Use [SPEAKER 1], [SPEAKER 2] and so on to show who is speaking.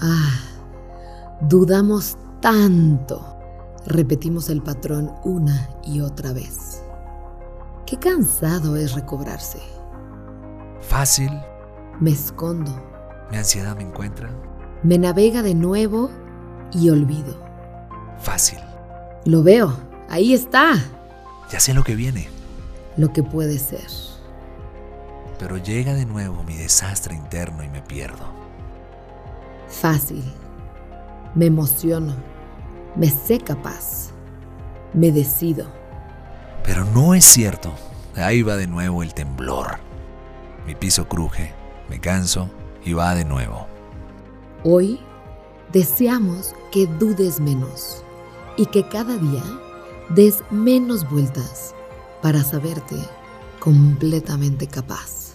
[SPEAKER 1] Ah, dudamos tanto. Repetimos el patrón una y otra vez. Qué cansado es recobrarse.
[SPEAKER 2] Fácil.
[SPEAKER 1] Me escondo,
[SPEAKER 2] Mi ansiedad me encuentra.
[SPEAKER 1] me navega de nuevo y olvido.
[SPEAKER 2] Fácil.
[SPEAKER 1] Lo veo, ahí está
[SPEAKER 2] Ya sé lo que viene.
[SPEAKER 1] lo que puede ser.
[SPEAKER 2] Pero llega de nuevo mi desastre interno y me pierdo.
[SPEAKER 1] Fácil. Me emociono, me sé capaz, me decido.
[SPEAKER 2] Pero no es cierto. Ahí va de nuevo el temblor. Mi piso cruje, me canso y va de nuevo.
[SPEAKER 1] Hoy deseamos que dudes menos y que cada día des menos vueltas para saberte completamente capaz.